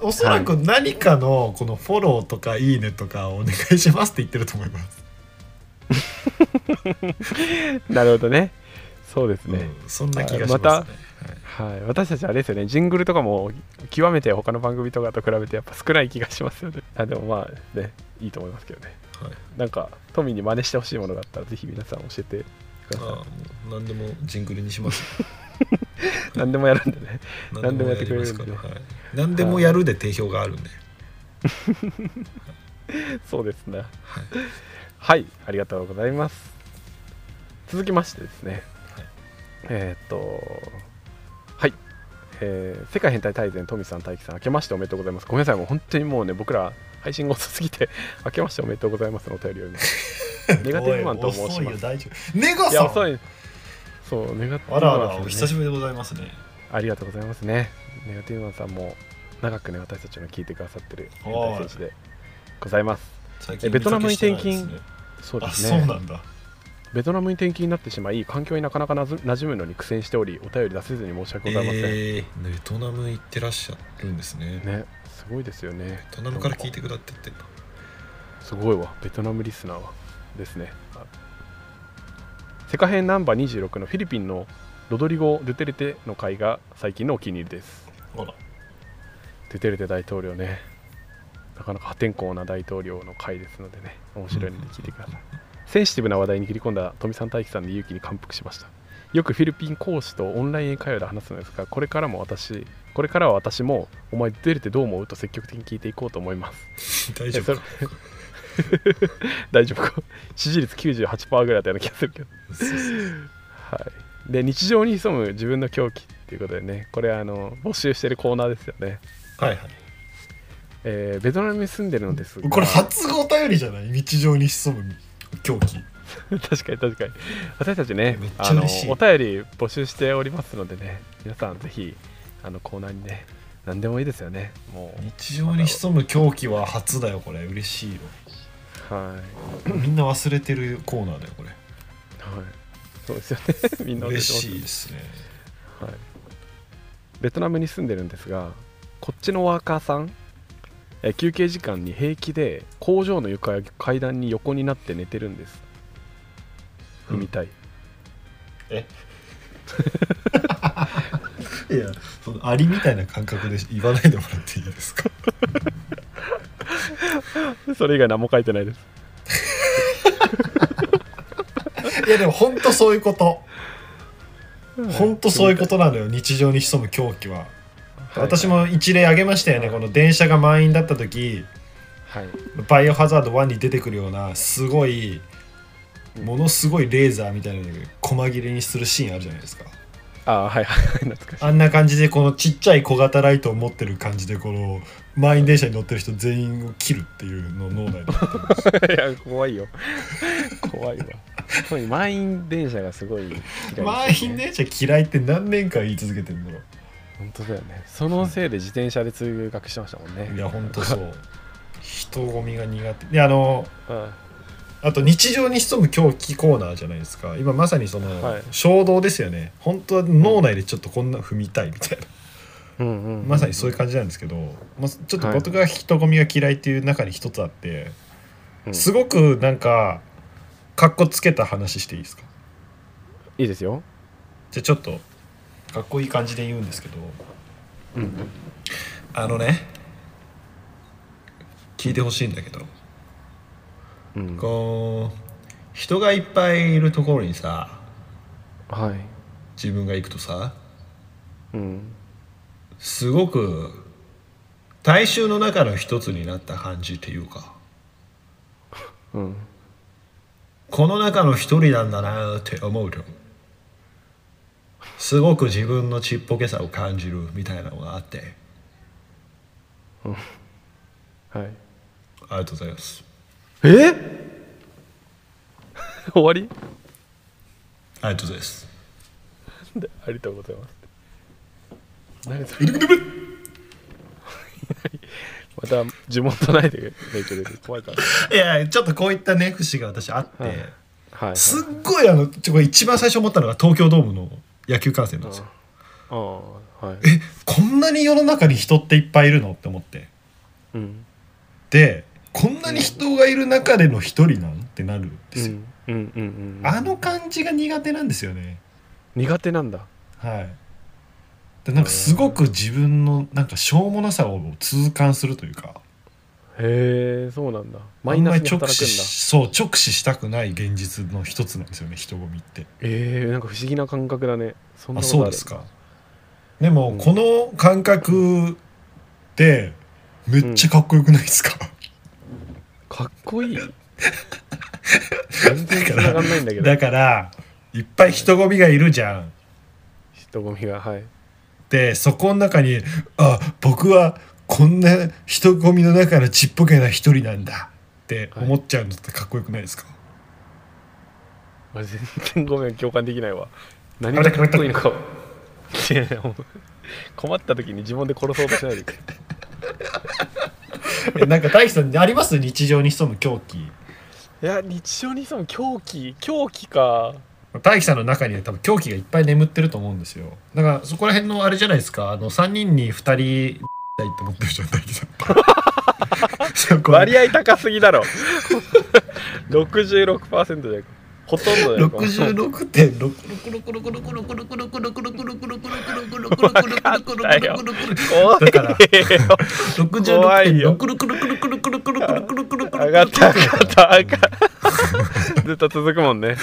[SPEAKER 2] おそらく何かのこのフォローとか「いいね」とか「お願いします」って言ってると思います、
[SPEAKER 3] えなるほどねそうですね、
[SPEAKER 2] うんそんな気がしますね、
[SPEAKER 3] はい、私たちあれですよねジングルとかも極めて他の番組とかと比べてやっぱ少ない気がしますよねあでもまあねいいと思いますけどね
[SPEAKER 2] はいはい
[SPEAKER 3] なんかトミーに真似してほしいものがあったらぜひ皆さん教えてくだ
[SPEAKER 2] ああ
[SPEAKER 3] さ
[SPEAKER 2] もう何でもジングルにします
[SPEAKER 3] い何でもやるんでね何でもやってくれるん
[SPEAKER 2] か
[SPEAKER 3] で
[SPEAKER 2] ら、
[SPEAKER 3] ね
[SPEAKER 2] はい、何でもやるで定評があるんで、
[SPEAKER 3] そうですね
[SPEAKER 2] はい、
[SPEAKER 3] はいありがとうございます続きましてですね、えーっとはいえー世界変態大全トミーさん大輝さん明けましておめでとうございますごめんなさいもう本当にもうね僕ら配信が遅すぎて 明けましておめでとうございますのお便り をねネガティブマンと申し
[SPEAKER 2] 遅い
[SPEAKER 3] ま
[SPEAKER 2] よ
[SPEAKER 3] す
[SPEAKER 2] 大丈夫ネガ
[SPEAKER 3] いや
[SPEAKER 2] さ
[SPEAKER 3] 遅
[SPEAKER 2] ん
[SPEAKER 3] いそうネガティブマ
[SPEAKER 2] あ
[SPEAKER 3] ンさ
[SPEAKER 2] ら
[SPEAKER 3] ん
[SPEAKER 2] あら、
[SPEAKER 3] ね、
[SPEAKER 2] お久しぶりでございますね
[SPEAKER 3] ありがとうございますね。ネガティブマンさんも長くね、私たちの聞いてくださってる変態選手でございます。
[SPEAKER 2] 最
[SPEAKER 3] えベトナムに転勤
[SPEAKER 2] 見かけしてないですね
[SPEAKER 3] そうで
[SPEAKER 2] あ
[SPEAKER 3] す
[SPEAKER 2] そう
[SPEAKER 3] ね。
[SPEAKER 2] なんだ
[SPEAKER 3] ベトナムに転勤になってしまい、環境になかなかなじ馴染むのに苦戦しており、お便り出せずに申し訳ございません。
[SPEAKER 2] えーベトナム行ってらっしゃるんですね
[SPEAKER 3] ね、すごいですよね
[SPEAKER 2] ベ。トナムから聞いてくだってってんだ
[SPEAKER 3] すごいわ、ベトナムリスナーはですね。あ世界編ナンバー26のフィリピンのロドリゴ・ドゥテルテの会が最近のお気に入りです。
[SPEAKER 2] ほら
[SPEAKER 3] ドゥテルテ大統領ねなかなか破天荒な大統領の回ですのでね面白いので聞いてください、センシティブな話題に切り込んだ富さん大輝さんで勇気に感服しましたよくフィリピン講師とオンライン英会話で話すのですがこれからも私これからは私もお前出るってどう思うと積極的に聞いていこうと思います
[SPEAKER 2] 大丈夫か
[SPEAKER 3] 大丈夫か支持率98%ぐらいだったような気がするけど
[SPEAKER 2] そうそう
[SPEAKER 3] はいで日常に潜む自分の狂気っていうことでねこれあの募集してるコーナーですよね、
[SPEAKER 2] はいはい
[SPEAKER 3] えーベトナムに住んでるのですが
[SPEAKER 2] これ初お便りじゃない日常に潜む狂気
[SPEAKER 3] 確かに確かに私たちね
[SPEAKER 2] めっちゃ
[SPEAKER 3] あのお
[SPEAKER 2] 嬉しい
[SPEAKER 3] 便り募集しておりますのでね皆さんぜひあのコーナーにね何でもいいですよねも
[SPEAKER 2] 日常に潜む狂気は初だよこれ嬉しいよ
[SPEAKER 3] うはい、はい、
[SPEAKER 2] みんな忘れてるコーナーだよこれ
[SPEAKER 3] そうですよね みんな教え
[SPEAKER 2] 嬉
[SPEAKER 3] てます
[SPEAKER 2] しいですね
[SPEAKER 3] はい、ベトナムに住んでるんですがこっちのワーカーさんえー休憩時間に平気で工場の床や階段に横になって寝てるんです
[SPEAKER 2] うん
[SPEAKER 3] 踏みたい、
[SPEAKER 2] いやそのアリみたいな感覚で言わないでもらっていいですか
[SPEAKER 3] それ以外何も書いてないです
[SPEAKER 2] いやでも本当そういうこと本当そういうことなのよ日常に潜む狂気は、私も一例挙げましたよねこの電車が満員だった時
[SPEAKER 3] はい、
[SPEAKER 2] バイオハザード1に出てくるようなすごいものすごいレーザーみたいなので細切れにするシーンあるじゃないですか
[SPEAKER 3] ああはいはい懐かしい
[SPEAKER 2] あんな感じでこのちっちゃい小型ライトを持ってる感じでこの満員電車に乗ってる人全員を切るっていうのを脳内でやってました
[SPEAKER 3] いや怖いよ怖いわ特に満員電車がすごい嫌いですね
[SPEAKER 2] 満員電車嫌いって何年間言い続けてんだろう
[SPEAKER 3] 本当だよねそのせいで自転車で通学してましたもんね
[SPEAKER 2] いやほんとそう人混みが苦手であの
[SPEAKER 3] うん
[SPEAKER 2] あと日常に潜む狂気コーナーじゃないですか今まさにその、
[SPEAKER 3] はい
[SPEAKER 2] 衝動ですよね本当は脳内でちょっとこんな踏みたいみたいな、
[SPEAKER 3] うんうんうん
[SPEAKER 2] まさにそういう感じなんですけど、まあ、ちょっと僕が人混みが嫌いっていう中に一つあって、
[SPEAKER 3] うん
[SPEAKER 2] すごくなんかかっこつけた話していいですか
[SPEAKER 3] いいですよ
[SPEAKER 2] じゃあちょっとかっこいい感じで言うんですけど
[SPEAKER 3] うん
[SPEAKER 2] あのね聞いてほしいんだけど
[SPEAKER 3] うん
[SPEAKER 2] こう人がいっぱいいるところにさ
[SPEAKER 3] はい
[SPEAKER 2] 自分が行くとさ
[SPEAKER 3] うん
[SPEAKER 2] すごく大衆の中の一つになった感じっていうか
[SPEAKER 3] うん
[SPEAKER 2] この中の一人なんだなって思うとすごく自分のちっぽけさを感じるみたいなのがあって
[SPEAKER 3] はい
[SPEAKER 2] ありがとうございます
[SPEAKER 3] え 終わり
[SPEAKER 2] ありがとうございます
[SPEAKER 3] でありがとうございます。何それ また呪文唱えてる影響出て怖いから。
[SPEAKER 2] いやちょっとこういったね節が私あって、
[SPEAKER 3] はいはい、はい。
[SPEAKER 2] すっごいあのちょこれ一番最初思ったのが東京ドームの野球観戦なんですよ、
[SPEAKER 3] ああはい。
[SPEAKER 2] えこんなに世の中に人っていっぱいいるのって思って
[SPEAKER 3] うん。
[SPEAKER 2] でこんなに人がいる中での一人なんってなるんで
[SPEAKER 3] う
[SPEAKER 2] すよ、
[SPEAKER 3] んうんうんうん。
[SPEAKER 2] あの感じが苦手なんですよね
[SPEAKER 3] 苦手なんだ。
[SPEAKER 2] はいでなんかすごく自分のなんかしょうもなさを痛感するというか
[SPEAKER 3] へえそうなんだ。マ
[SPEAKER 2] あ
[SPEAKER 3] イ
[SPEAKER 2] ん
[SPEAKER 3] ナ
[SPEAKER 2] ま
[SPEAKER 3] ス
[SPEAKER 2] り
[SPEAKER 3] に
[SPEAKER 2] 直
[SPEAKER 3] 働く
[SPEAKER 2] 視
[SPEAKER 3] んだ。
[SPEAKER 2] しそう直視したくない現実の一つなんですよね人混みって
[SPEAKER 3] えー、なんか不思議な感覚だね。そんな
[SPEAKER 2] あ
[SPEAKER 3] こと
[SPEAKER 2] そうですかでも、この感覚ってめっちゃかっこよくないですか、
[SPEAKER 3] かっこ いい。全然繋がんないんだけど
[SPEAKER 2] だ。からいっぱい人混みがいるじゃん
[SPEAKER 3] 人混みがはい。
[SPEAKER 2] でそこの中にあ僕はこんな人混みの中のちっぽけな一人なんだって思っちゃうのってかっこよくないですか、
[SPEAKER 3] 俺全然ごめん共感できないわ何
[SPEAKER 2] あ
[SPEAKER 3] が
[SPEAKER 2] れ
[SPEAKER 3] かっこいいのかいやいやもう 困った時に自分で殺そうとしない で
[SPEAKER 2] えなんか大輝さんあります日常に潜む狂気
[SPEAKER 3] いや日常にその狂気狂気か
[SPEAKER 2] 大輝さんの中には多分狂気がいっぱい眠ってると思うんですよだからそこら辺のあれじゃないですかあの3人に2人たいって思ってるじゃん大輝さんそこ
[SPEAKER 3] 割合高すぎだろ 66%じゃなくほとんどじゃなく
[SPEAKER 2] 66点6だから
[SPEAKER 3] 怖いよ怖いよ上がった上がった上がったずっと続くもんね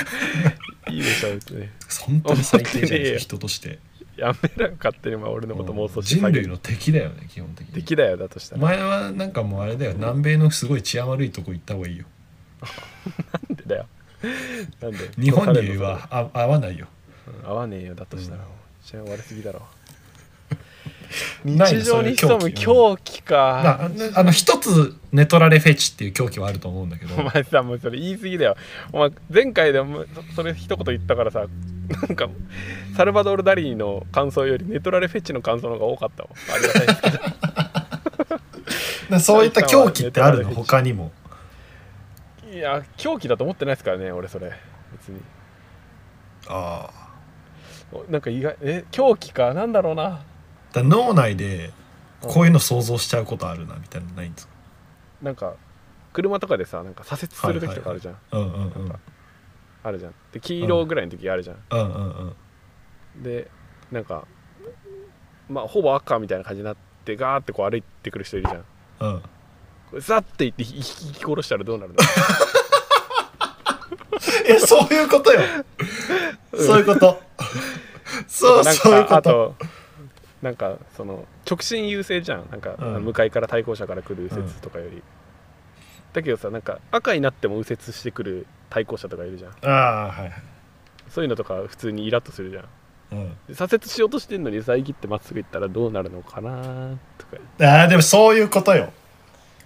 [SPEAKER 3] いいでしょ別に
[SPEAKER 2] 本当に最低じゃないですか人として
[SPEAKER 3] やめろよ勝手にお前俺のこと妄想して
[SPEAKER 2] 人類の敵だよね基本的に
[SPEAKER 3] 敵だよだとした
[SPEAKER 2] お
[SPEAKER 3] ら
[SPEAKER 2] 前はなんかもうあれだよ南米のすごい治安悪いとこ行った方がいいよ
[SPEAKER 3] なんでだよ。なんで
[SPEAKER 2] 日本にはあ合わないよ
[SPEAKER 3] 合わねえよ、だとしたら。治安悪すぎだろ。
[SPEAKER 2] ない
[SPEAKER 3] 日常に潜む
[SPEAKER 2] 狂
[SPEAKER 3] 狂気か。
[SPEAKER 2] ああの一つ寝取られフェチっていう狂気はあると思うんだけど
[SPEAKER 3] お前さ、もうそれ言い過ぎだよ。お前、前回でもそそれ一言言ったからさ、なんか、サルバドール・ダリーの感想より、ネトラレフェッチの感想の方が多かったわ。ありがたいで すけど。
[SPEAKER 2] なそういった狂気ってあるの他にも
[SPEAKER 3] いや、狂気だと思ってないですからね、俺それ。別に。
[SPEAKER 2] ああ
[SPEAKER 3] おなんか意外、え、狂気か。なんだろうな。
[SPEAKER 2] だから脳内でこういうの想像しちゃうことあるなみたいなのないんですか
[SPEAKER 3] なんか、車とかでさ、なんか左折する時とかあるじゃん。
[SPEAKER 2] うんうんうん
[SPEAKER 3] あるじゃんで黄色ぐらいの時あるじゃん、
[SPEAKER 2] うんうんうん
[SPEAKER 3] でなんかまあほぼ赤みたいな感じになってガーってこう歩いてくる人いるじゃん
[SPEAKER 2] うん
[SPEAKER 3] これザッて行ってひひ引き殺したらどうなるの
[SPEAKER 2] えそういうことよそういうことそう
[SPEAKER 3] なんか
[SPEAKER 2] そういうこ
[SPEAKER 3] あ
[SPEAKER 2] と
[SPEAKER 3] となんかその直進優勢じゃんなんか、
[SPEAKER 2] うん
[SPEAKER 3] 向かいから対向車から来る右折とかより、だけどさなんか赤になっても右折してくる対向車とかいるじゃん
[SPEAKER 2] ああはいはい
[SPEAKER 3] そういうのとか普通にイラッとするじゃん
[SPEAKER 2] うん
[SPEAKER 3] で左折しようとしてんのに遮ってまっすぐ行ったらどうなるのかなとか
[SPEAKER 2] ああでもそういうことよ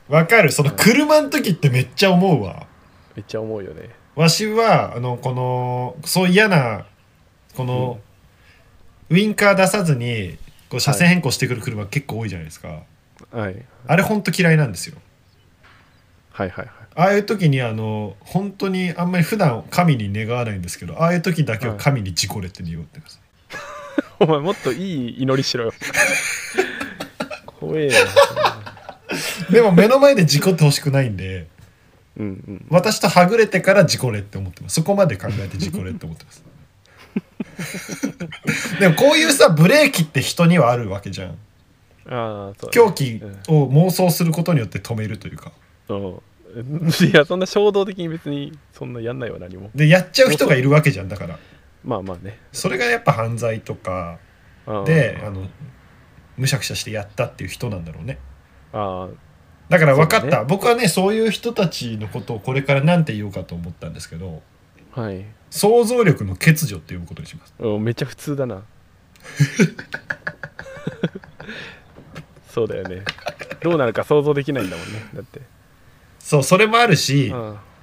[SPEAKER 2] わかるその車の時ってめっちゃ思うわ
[SPEAKER 3] めっちゃ思うよね
[SPEAKER 2] わしはあのこのそう嫌なこの、ウインカー出さずにこう車線変更してくる車結構多いじゃないですか、
[SPEAKER 4] はい
[SPEAKER 2] あれほんと嫌いなんですよ
[SPEAKER 4] はいはいはい
[SPEAKER 2] ああいう時にあの本当にあんまり普段神に願わないんですけどああいう時だけは神に事故れって言おうってます、
[SPEAKER 3] お前もっといい祈り しろよ怖えよ
[SPEAKER 2] でも目の前で事故ってほしくないんで
[SPEAKER 4] うんうん
[SPEAKER 2] 私とはぐれてから事故れって思ってますそこまで考えて事故れって思ってます でもこういうさブレーキって人にはあるわけじゃん
[SPEAKER 3] ああそう
[SPEAKER 2] 狂気を妄想することによって止めるというか
[SPEAKER 3] そう いやそんな衝動的に別にそんなやんないわ何も
[SPEAKER 2] でやっちゃう人がいるわけじゃんだから
[SPEAKER 3] まあまあね
[SPEAKER 2] それがやっぱ犯罪とか
[SPEAKER 3] あー
[SPEAKER 2] であのむしゃくしゃしてやったっていう人なんだろうね
[SPEAKER 3] あー
[SPEAKER 2] だから分かっ
[SPEAKER 3] そう
[SPEAKER 2] た、
[SPEAKER 3] だ
[SPEAKER 2] 僕はねそういう人たちのことをこれから何て言おうかと思ったんですけど
[SPEAKER 3] はい
[SPEAKER 2] 想像力の欠如って呼ぶことにします
[SPEAKER 3] うんめっちゃ普通だなそうだよねどうなるか想像できないんだもんねだって
[SPEAKER 2] そうそれもあるし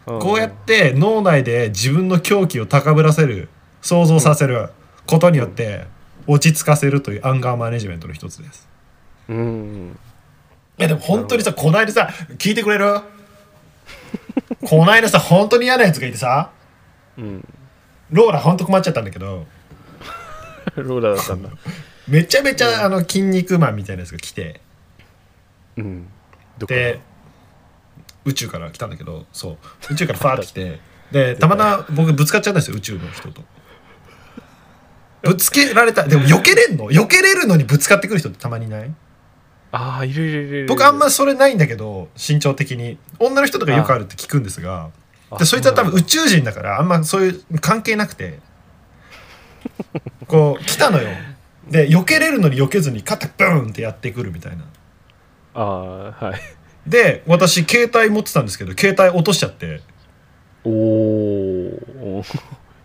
[SPEAKER 2] こ
[SPEAKER 3] こ
[SPEAKER 2] うやって脳内で自分の狂気を高ぶらせる想像させることによって落ち着かせるというアンガーマネジメントの一つです
[SPEAKER 3] うん
[SPEAKER 2] いやでも本当にさこないださ聞いてくれる こないださ本当に嫌なやつがいてさ
[SPEAKER 3] うん
[SPEAKER 2] ローラ本当困っちゃったんだけど
[SPEAKER 3] ローラだった んだ
[SPEAKER 2] めちゃめちゃあの筋肉マンみたいなやつが来て
[SPEAKER 3] うんどこ
[SPEAKER 2] で宇宙から来たんだけどそう宇宙からファーって来 てでたまたま僕ぶつかっちゃったんですよ宇宙の人と。ぶつけられたでも避けれんの避けれるのにぶつかってくる人ってたまにいない
[SPEAKER 3] ああいるいるいるいる
[SPEAKER 2] 僕あんまそれないんだけど身長的に女の人とかよくあるって聞くんですが
[SPEAKER 3] あ
[SPEAKER 2] でそいつは多分宇宙人だからあんまそういう関係なくてこう来たのよで避けれるのに避けずに肩ブーンってやってくるみたいな
[SPEAKER 3] ああはい
[SPEAKER 2] で私携帯持ってたんですけど携帯落としちゃって
[SPEAKER 3] おお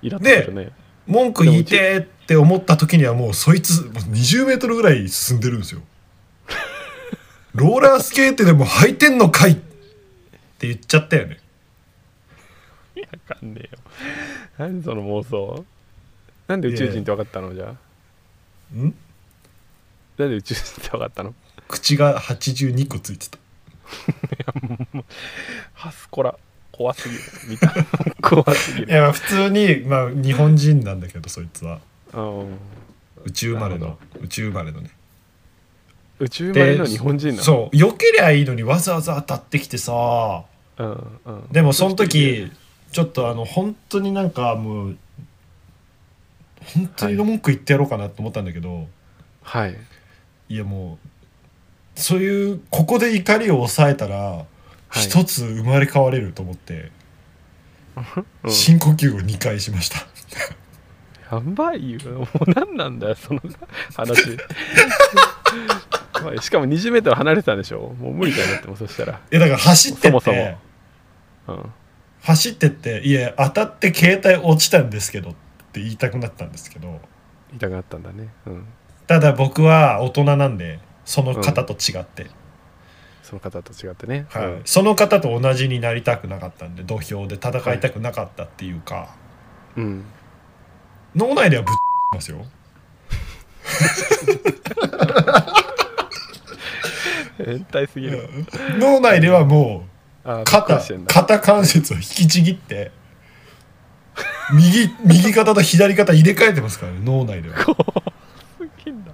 [SPEAKER 3] イラッとするね
[SPEAKER 2] 文句言いてーって思った時にはもうそいつもう20メートルぐらい進んでるんですよローラースケートでも履いてんのかいって言っちゃったよね
[SPEAKER 3] わかんねえよ何その妄想なんで宇宙人って分かったのじゃあ
[SPEAKER 2] ん
[SPEAKER 3] なんで宇宙人って分かったの
[SPEAKER 2] 口が82個ついてた
[SPEAKER 3] ハスコラ怖すぎる見た怖すぎ
[SPEAKER 2] い
[SPEAKER 3] る
[SPEAKER 2] やまあ普通に、まあ、日本人なんだけどそいつは
[SPEAKER 3] うん
[SPEAKER 2] 宇宙生まれ
[SPEAKER 3] なる
[SPEAKER 2] の宇宙生まれのね
[SPEAKER 3] 宇宙
[SPEAKER 2] で
[SPEAKER 3] 前の日本人なの
[SPEAKER 2] そう避けりゃいいのにわざわざ当たってきてさ
[SPEAKER 3] う、んうん、
[SPEAKER 2] でもその時ちょっとあの本当になんかもう本当に文句言ってやろうかなと思ったんだけど、
[SPEAKER 3] はい
[SPEAKER 2] い、やもうそういうここで怒りを抑えたら
[SPEAKER 3] い
[SPEAKER 2] 一、つ生まれ変われると思って、
[SPEAKER 3] うん
[SPEAKER 2] 深呼吸を2回しました
[SPEAKER 3] やばいよもう何なんだよその 話怖いしかも 20m 離れてたんでしょもう無理だよだってもうそしたら
[SPEAKER 2] いやだから走ってって
[SPEAKER 3] そもそもうん
[SPEAKER 2] 走ってって「いや当たって携帯落ちたんですけど」って言いたくなったんですけど
[SPEAKER 3] 痛くなったんだねうん
[SPEAKER 2] ただ僕は大人なんでその方と違って、
[SPEAKER 3] その方と違ってね
[SPEAKER 2] はいその方と同じになりたくなかったんで土俵で戦いたくなかったっていうか、
[SPEAKER 3] うん、うん
[SPEAKER 2] 脳内ではぶっ ますよ
[SPEAKER 3] 変態すぎる。
[SPEAKER 2] 脳内ではも
[SPEAKER 3] あ
[SPEAKER 2] う
[SPEAKER 3] びっくり
[SPEAKER 2] 肩
[SPEAKER 3] してんだ
[SPEAKER 2] 肩関節を引きちぎって 右右肩と左肩入れ替えてますからね脳内では
[SPEAKER 3] すぎんな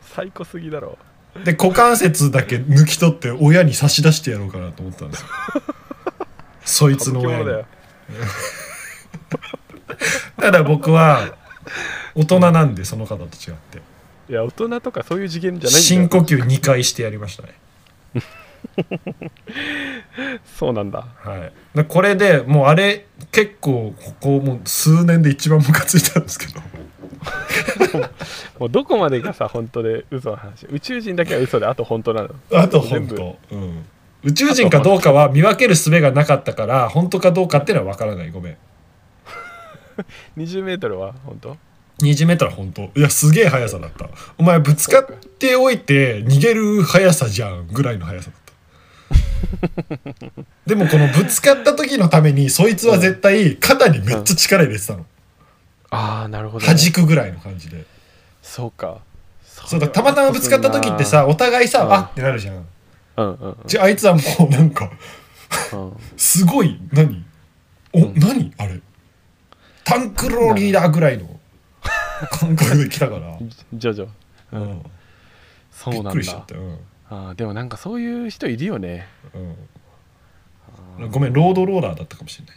[SPEAKER 3] 最高すぎだろ。
[SPEAKER 2] で股関節だけ抜き取って親に差し出してやろうかなと思ったんです よそいつの親
[SPEAKER 3] 歌舞伎者
[SPEAKER 2] に
[SPEAKER 3] だよ。
[SPEAKER 2] ただ僕は大人なんでその方と違って
[SPEAKER 3] いや、大人とかそういう次元じゃないんだ
[SPEAKER 2] 深
[SPEAKER 3] よ。
[SPEAKER 2] 呼吸2回してやりましたね
[SPEAKER 3] そうなんだ。
[SPEAKER 2] はい、でこれでもうあれ結構ここもう数年で一番ムカついたんですけど
[SPEAKER 3] もうどこまでがさ、本当で嘘の話。宇宙人だけは嘘で、あと本当なの。
[SPEAKER 2] あと本当、うん、宇宙人かどうかは見分ける術がなかったから本当かどうかっていうのは分からないごめん
[SPEAKER 3] 20メートルは本当
[SPEAKER 2] 20m 本当いやすげえ速さだったお前ぶつかっておいて逃げる速さじゃんぐらいの速さだった でもこのぶつかった時のためにそいつは絶対肩にめっちゃ力入れてたの
[SPEAKER 3] ああ、なるほど、
[SPEAKER 2] 弾くぐらいの感じで
[SPEAKER 3] そうか。
[SPEAKER 2] そうだたまたまぶつかった時ってさお互いさ、
[SPEAKER 3] うん
[SPEAKER 2] あってなるじゃん
[SPEAKER 3] うんうんうん
[SPEAKER 2] じゃああいつはもうなんか
[SPEAKER 3] うん
[SPEAKER 2] すごい何お、何あれタンクローリーダーぐらいの感覚で来たから、
[SPEAKER 3] ジョジョ
[SPEAKER 2] うん、
[SPEAKER 3] そう
[SPEAKER 2] びっ
[SPEAKER 3] な
[SPEAKER 2] く
[SPEAKER 3] ん
[SPEAKER 2] りしちゃ
[SPEAKER 3] だ
[SPEAKER 2] った、うん
[SPEAKER 3] あーでもなんかそういう人いるよね
[SPEAKER 2] うん、ごめんロードローラーだったかもしれない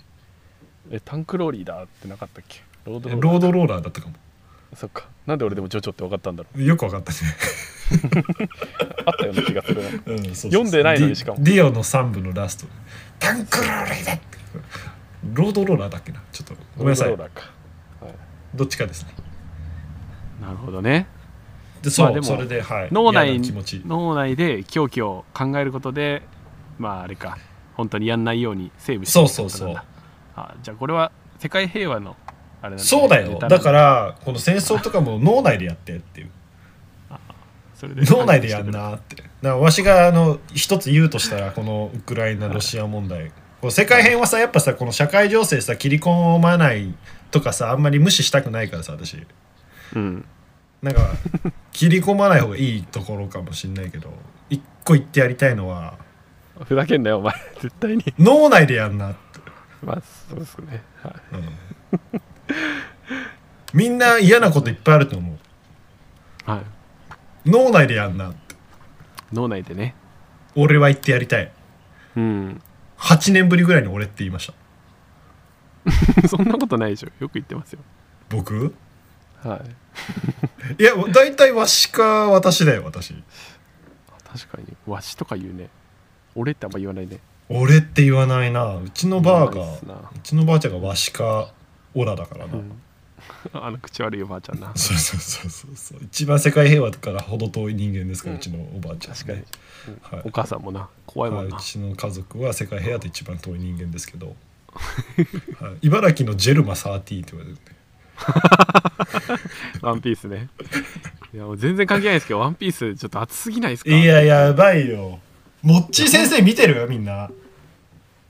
[SPEAKER 3] えタンクローリーだってなかったっけロードローラー
[SPEAKER 2] ロードローラーだったかも
[SPEAKER 3] そっかなんで俺でもジョジョって分かったんだろ
[SPEAKER 2] よくわかったね、
[SPEAKER 3] うあったような気がするな
[SPEAKER 2] うん、そうそうそう
[SPEAKER 5] 読んでないのに
[SPEAKER 2] ディ
[SPEAKER 5] しかも
[SPEAKER 2] ディオの3部のラストタンクローリーだってロードローラーだっけなちょっとごめんなさ
[SPEAKER 5] ロ
[SPEAKER 2] い
[SPEAKER 5] ードローラーか
[SPEAKER 2] どっちかですね
[SPEAKER 3] なるほどね
[SPEAKER 2] でそう、
[SPEAKER 3] まあでも
[SPEAKER 2] それではい
[SPEAKER 3] 脳内
[SPEAKER 2] 嫌な気持ち
[SPEAKER 3] 脳内で狂気を考えることでまああれか本当にやんないようにセーブしてるってことなんだ
[SPEAKER 2] そうそうそう
[SPEAKER 3] あじゃあこれは世界平和のあれなん
[SPEAKER 2] そうだよだかららこの戦争とかも脳内でやってって いう
[SPEAKER 3] それで
[SPEAKER 2] 脳内でやんなってだからわしがあの一つ言うとしたらこのウクライナロシア問題こう世界編はさやっぱさこの社会情勢さ切り込まないとかさあんまり無視したくないからさ私
[SPEAKER 3] うん
[SPEAKER 2] なん か切り込まない方がいいところかもしんないけど一個言ってやりたいのは
[SPEAKER 5] ふざけんなよお前 絶対に
[SPEAKER 2] 脳内でやんなって、
[SPEAKER 5] まあそうですね、はい
[SPEAKER 2] うんみんな嫌なこといっぱいあると思う
[SPEAKER 3] はい
[SPEAKER 2] 脳内でやんなって
[SPEAKER 3] 脳内でね
[SPEAKER 2] 俺は言ってやりたい
[SPEAKER 3] うん、
[SPEAKER 2] 8年ぶりぐらいに俺って言いました
[SPEAKER 3] そんなことないでしょよく言ってますよ
[SPEAKER 2] 僕
[SPEAKER 3] はい
[SPEAKER 2] いや大体わしか私だよ私
[SPEAKER 3] 確かにわしとか言うね俺ってあんま言わないね
[SPEAKER 2] 俺って言わないなうちのばあが
[SPEAKER 3] 言わないっ
[SPEAKER 2] う
[SPEAKER 3] すな
[SPEAKER 2] ちのばあちゃんがわしかオラだからな、
[SPEAKER 3] んあの口悪いおばあちゃんな
[SPEAKER 2] そうそうそうそうそう一番世界平和からほど遠い人間ですから、うちのおばあちゃん、ね、
[SPEAKER 3] 確かに
[SPEAKER 2] はい
[SPEAKER 3] お母さんもな怖いも
[SPEAKER 2] はい
[SPEAKER 3] ん
[SPEAKER 2] う
[SPEAKER 3] な、
[SPEAKER 2] ちの家族は世界平和と一番遠い人間ですけ ど、はい、茨城のジェルマ13って言われてるね
[SPEAKER 3] ワンピースね。いや、もう全然関係ないですけど、ワンピースちょっと熱すぎないですか
[SPEAKER 2] いややばいよモッチー先生見てるよみんな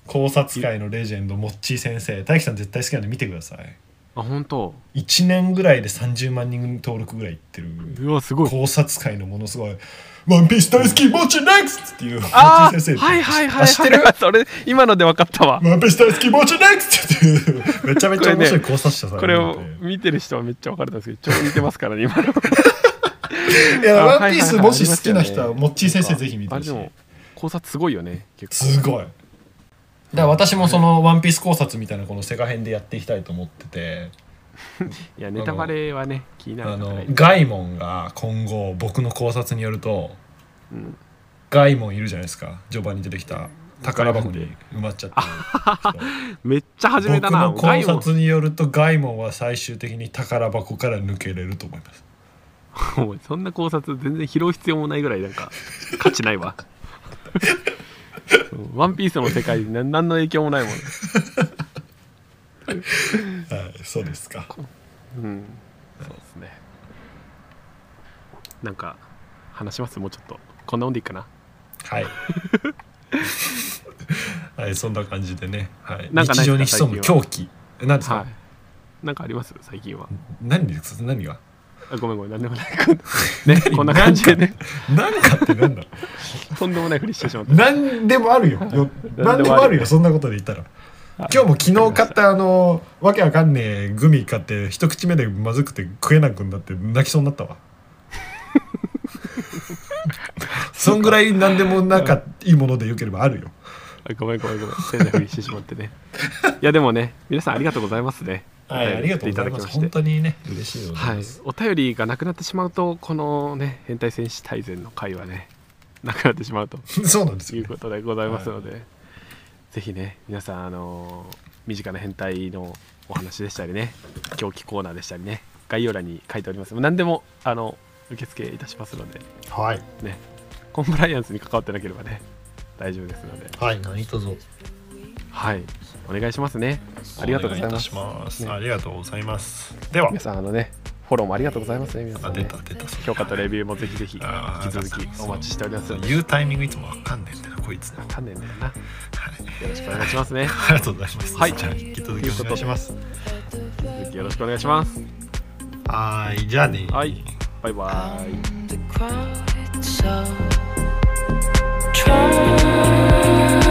[SPEAKER 2] 考察界のレジェンドモッチー先生大樹さん絶対好きなんで見てください
[SPEAKER 3] あ、本当。
[SPEAKER 2] 1年ぐらいで30万人登録ぐらいいってる
[SPEAKER 3] うわ、すごい。
[SPEAKER 2] 考察界のものすごい「ワンピース大好きモッチーネクスト!」っていうモッチ
[SPEAKER 3] あ
[SPEAKER 2] ー先生
[SPEAKER 3] ーはいはいはい
[SPEAKER 2] あ知ってる
[SPEAKER 3] はいそれ今ので分かったわ
[SPEAKER 2] ワンピース大好きモッチーネクストって いうめちゃめちゃ面白い考察者さん
[SPEAKER 3] これを
[SPEAKER 2] いるんで
[SPEAKER 3] 見てる人はめっちゃ分かるんですけどちょうど似てますからね今の
[SPEAKER 2] いや、
[SPEAKER 3] あ
[SPEAKER 2] ワンピース
[SPEAKER 3] はいはいはい
[SPEAKER 2] もし好きな人
[SPEAKER 3] あ
[SPEAKER 2] は、
[SPEAKER 3] りますよね
[SPEAKER 2] モッチー先生ぜひ見て
[SPEAKER 3] あ
[SPEAKER 2] ほ
[SPEAKER 3] れ
[SPEAKER 2] し
[SPEAKER 3] で
[SPEAKER 2] い。
[SPEAKER 3] も考察すごいよね結構
[SPEAKER 2] すごい。だから私もそのワンピース考察みたいなこの世界編でやっていきたいと思ってて、
[SPEAKER 3] いやネタバレはね気にな
[SPEAKER 2] あ
[SPEAKER 3] る方が
[SPEAKER 2] の
[SPEAKER 3] い、る
[SPEAKER 2] ガイモンが今後、僕の考察によると、ガイモンいるじゃないですか、序盤に出てきた。宝箱に埋まっちゃってる
[SPEAKER 3] めっちゃ始
[SPEAKER 2] 人
[SPEAKER 3] めた
[SPEAKER 2] 僕
[SPEAKER 3] な
[SPEAKER 2] の考
[SPEAKER 3] ガイモン
[SPEAKER 2] 察によるとガイモンは最終的に宝箱から抜けれると思います
[SPEAKER 3] も うそんな考察全然拾う必要もないぐらいなんか価 値ないわうんワンピースの世界に何何の影響もないもん
[SPEAKER 2] はいそうですか
[SPEAKER 3] うんそうですねなんか話しますもうちょっとこんなもんでいいかな
[SPEAKER 2] はい。はい、そんな感じでね。はい、
[SPEAKER 3] なんかな
[SPEAKER 2] 日
[SPEAKER 3] いですか
[SPEAKER 2] 常に潜む
[SPEAKER 3] 最近
[SPEAKER 2] 狂気。え何ですか、
[SPEAKER 3] はいなんかあります最近は
[SPEAKER 2] 何です何が
[SPEAKER 3] あごめんごめん何でも ないね こんな感じでね
[SPEAKER 2] 何かって何だろ
[SPEAKER 3] とんでもないふりしてしまっ
[SPEAKER 2] う何でもある よ。よ何でもあるよ、そんなことで言ったら。今日も昨日買ったあの、わけわかんねえグミ買って、一口目でまずくて食えなくなって泣きそうになった わ。そんぐらい何でもなかいいものでよければあるよ。
[SPEAKER 3] たごめんごめんごめん変なふりしてしまってねいやでもね皆さんありがとうございますね
[SPEAKER 2] はい、ありがとうございます。本当にね、嬉しいよ、
[SPEAKER 3] はい、お便りがなくなってしまうとこのね変態戦士大全の会はねなくなってしまうと
[SPEAKER 2] そうなんです
[SPEAKER 3] い
[SPEAKER 2] よ、
[SPEAKER 3] う
[SPEAKER 2] ね。
[SPEAKER 3] ことでございますので、ぜひね皆さんあのー身近な変態のお話でしたりね狂気コーナーでしたりね概要欄に書いております何でもあの受付いたしますので
[SPEAKER 2] はい。
[SPEAKER 3] ねコンプライアンスに関わってなければね大丈夫ですので
[SPEAKER 2] はい、何卒ぞ。
[SPEAKER 3] はいお願いしますねありがとうございます
[SPEAKER 2] ます
[SPEAKER 3] ね
[SPEAKER 2] ありがとうございます。では
[SPEAKER 3] 皆、さんあのねフォローもありがとうございますね皆さ
[SPEAKER 2] あ
[SPEAKER 3] ん、
[SPEAKER 2] 出
[SPEAKER 3] ね
[SPEAKER 2] た、出た。
[SPEAKER 3] 評価とレビューもぜひぜひ引
[SPEAKER 2] あー
[SPEAKER 3] き続きお待ちしております
[SPEAKER 2] そう
[SPEAKER 3] ので
[SPEAKER 2] 言うタイミングいつもわかんねえんだよな、こいつの。
[SPEAKER 3] 関連だよなよ
[SPEAKER 2] はい
[SPEAKER 3] ろしくお願いしますね
[SPEAKER 2] ありがとうございます。
[SPEAKER 3] はい
[SPEAKER 2] じゃあ、引き続きお願いします。
[SPEAKER 3] 引き続きよろしくお願いします
[SPEAKER 2] はい、じゃあね。
[SPEAKER 3] はいバイバーイ
[SPEAKER 6] the crowd, it's so trying.